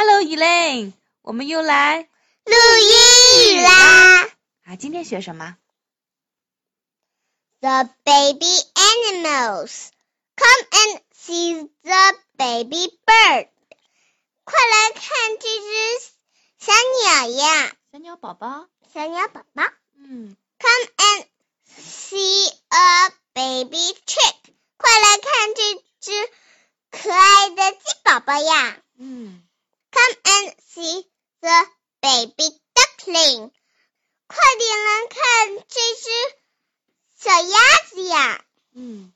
Elaine，我们又来录英语啦啊！今天学什么？ ！The baby animals come and see the baby bird。快来看这只小鸟呀，小鸟宝宝。小鸟宝宝。嗯 Come and see a baby chick。快来看这只可爱的鸡宝宝呀。嗯 Come and see the baby duckling。快点来看这只小鸭子呀嗯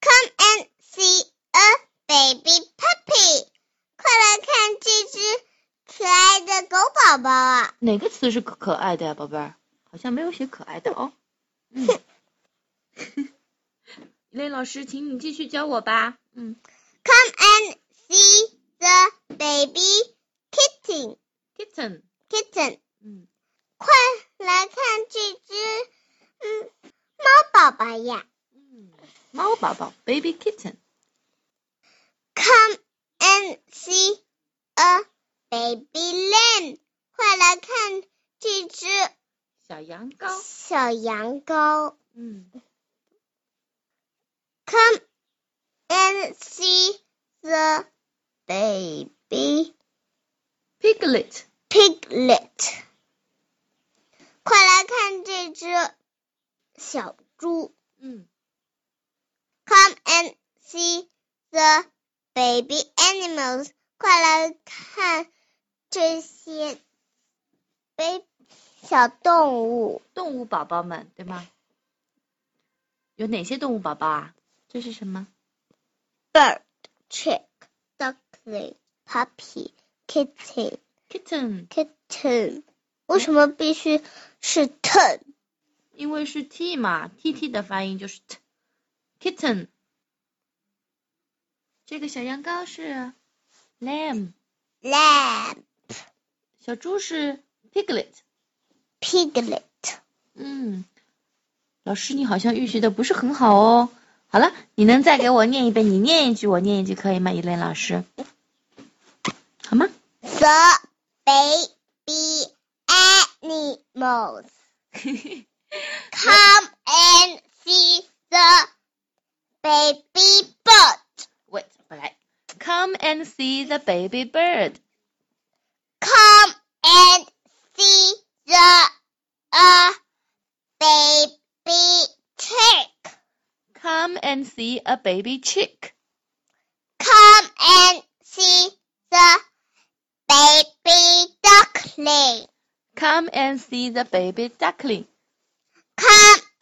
！Come and see a baby puppy。快来看这只可爱的狗宝宝啊哪个词是可可爱的呀、宝贝儿？好像没有写可爱的哦。 嗯，Elaine 老师，请你继续教我吧。嗯！Come and see the baby kitten ，kitten。 kitten。嗯快来看这只嗯猫宝宝呀！嗯，猫宝宝，baby kitten。 Come and see a baby lamb，快来看这只小羊羔。小羊羔。嗯 Come and see the baby ，piglet。 piglet，快来看这只小猪。嗯 Come and see the baby animals，快来看这些 baby 小动物。动物宝宝们，对吗？有哪些动物宝宝啊？这是什么？ bird, chick, duckling, puppy, kitten, kitten， kitten。为什么必须是 ten？因为是 t 嘛，t t 的发音就是 t。kitten，这个小羊羔是 lamb， lamb, 小猪是 piglet。 piglet。嗯，老师你好像预习的不是很好哦。好了，你能再给我念一遍？你念一句，我念一句，可以吗？一类老师，好吗？ The baby animals 嘿嘿， come and see the baby bird. Wait，我来。Come and see the baby bird. Come and see the a baby chick. Come and see a baby chick. Come and see the baby duckling. Come and see the baby duckling. Come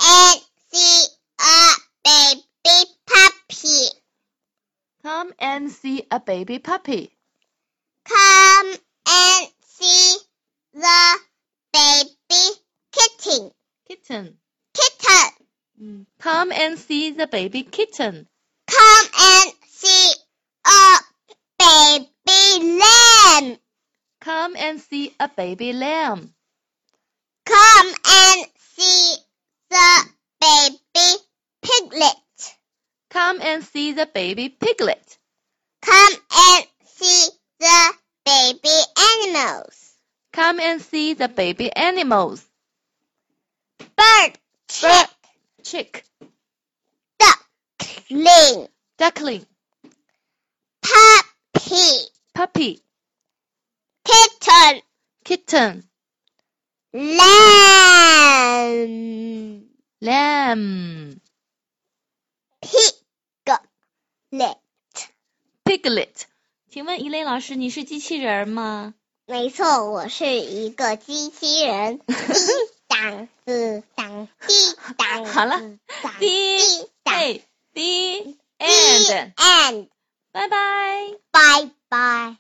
and see a baby puppy. Come and see a baby puppy. Come and see the baby kitten. Kitten. Kitten. 嗯 Come and see the baby kitten. Come and see a baby lamb. Come and see a baby lamb. Come and see the baby piglet. Come and see the baby piglet. Come and see the baby animals. Come and see the baby animals. Bird, chick, Chick. duckling, Duckling. puppy, Puppy. kitten, Kitten. lamb, Lamb. piglet, Piglet. 请问一类老师，你是机器人儿吗？没错，我是一个机器人。滴当子当滴当，好了，滴当 A B 滴哎 and， and 拜拜。拜拜。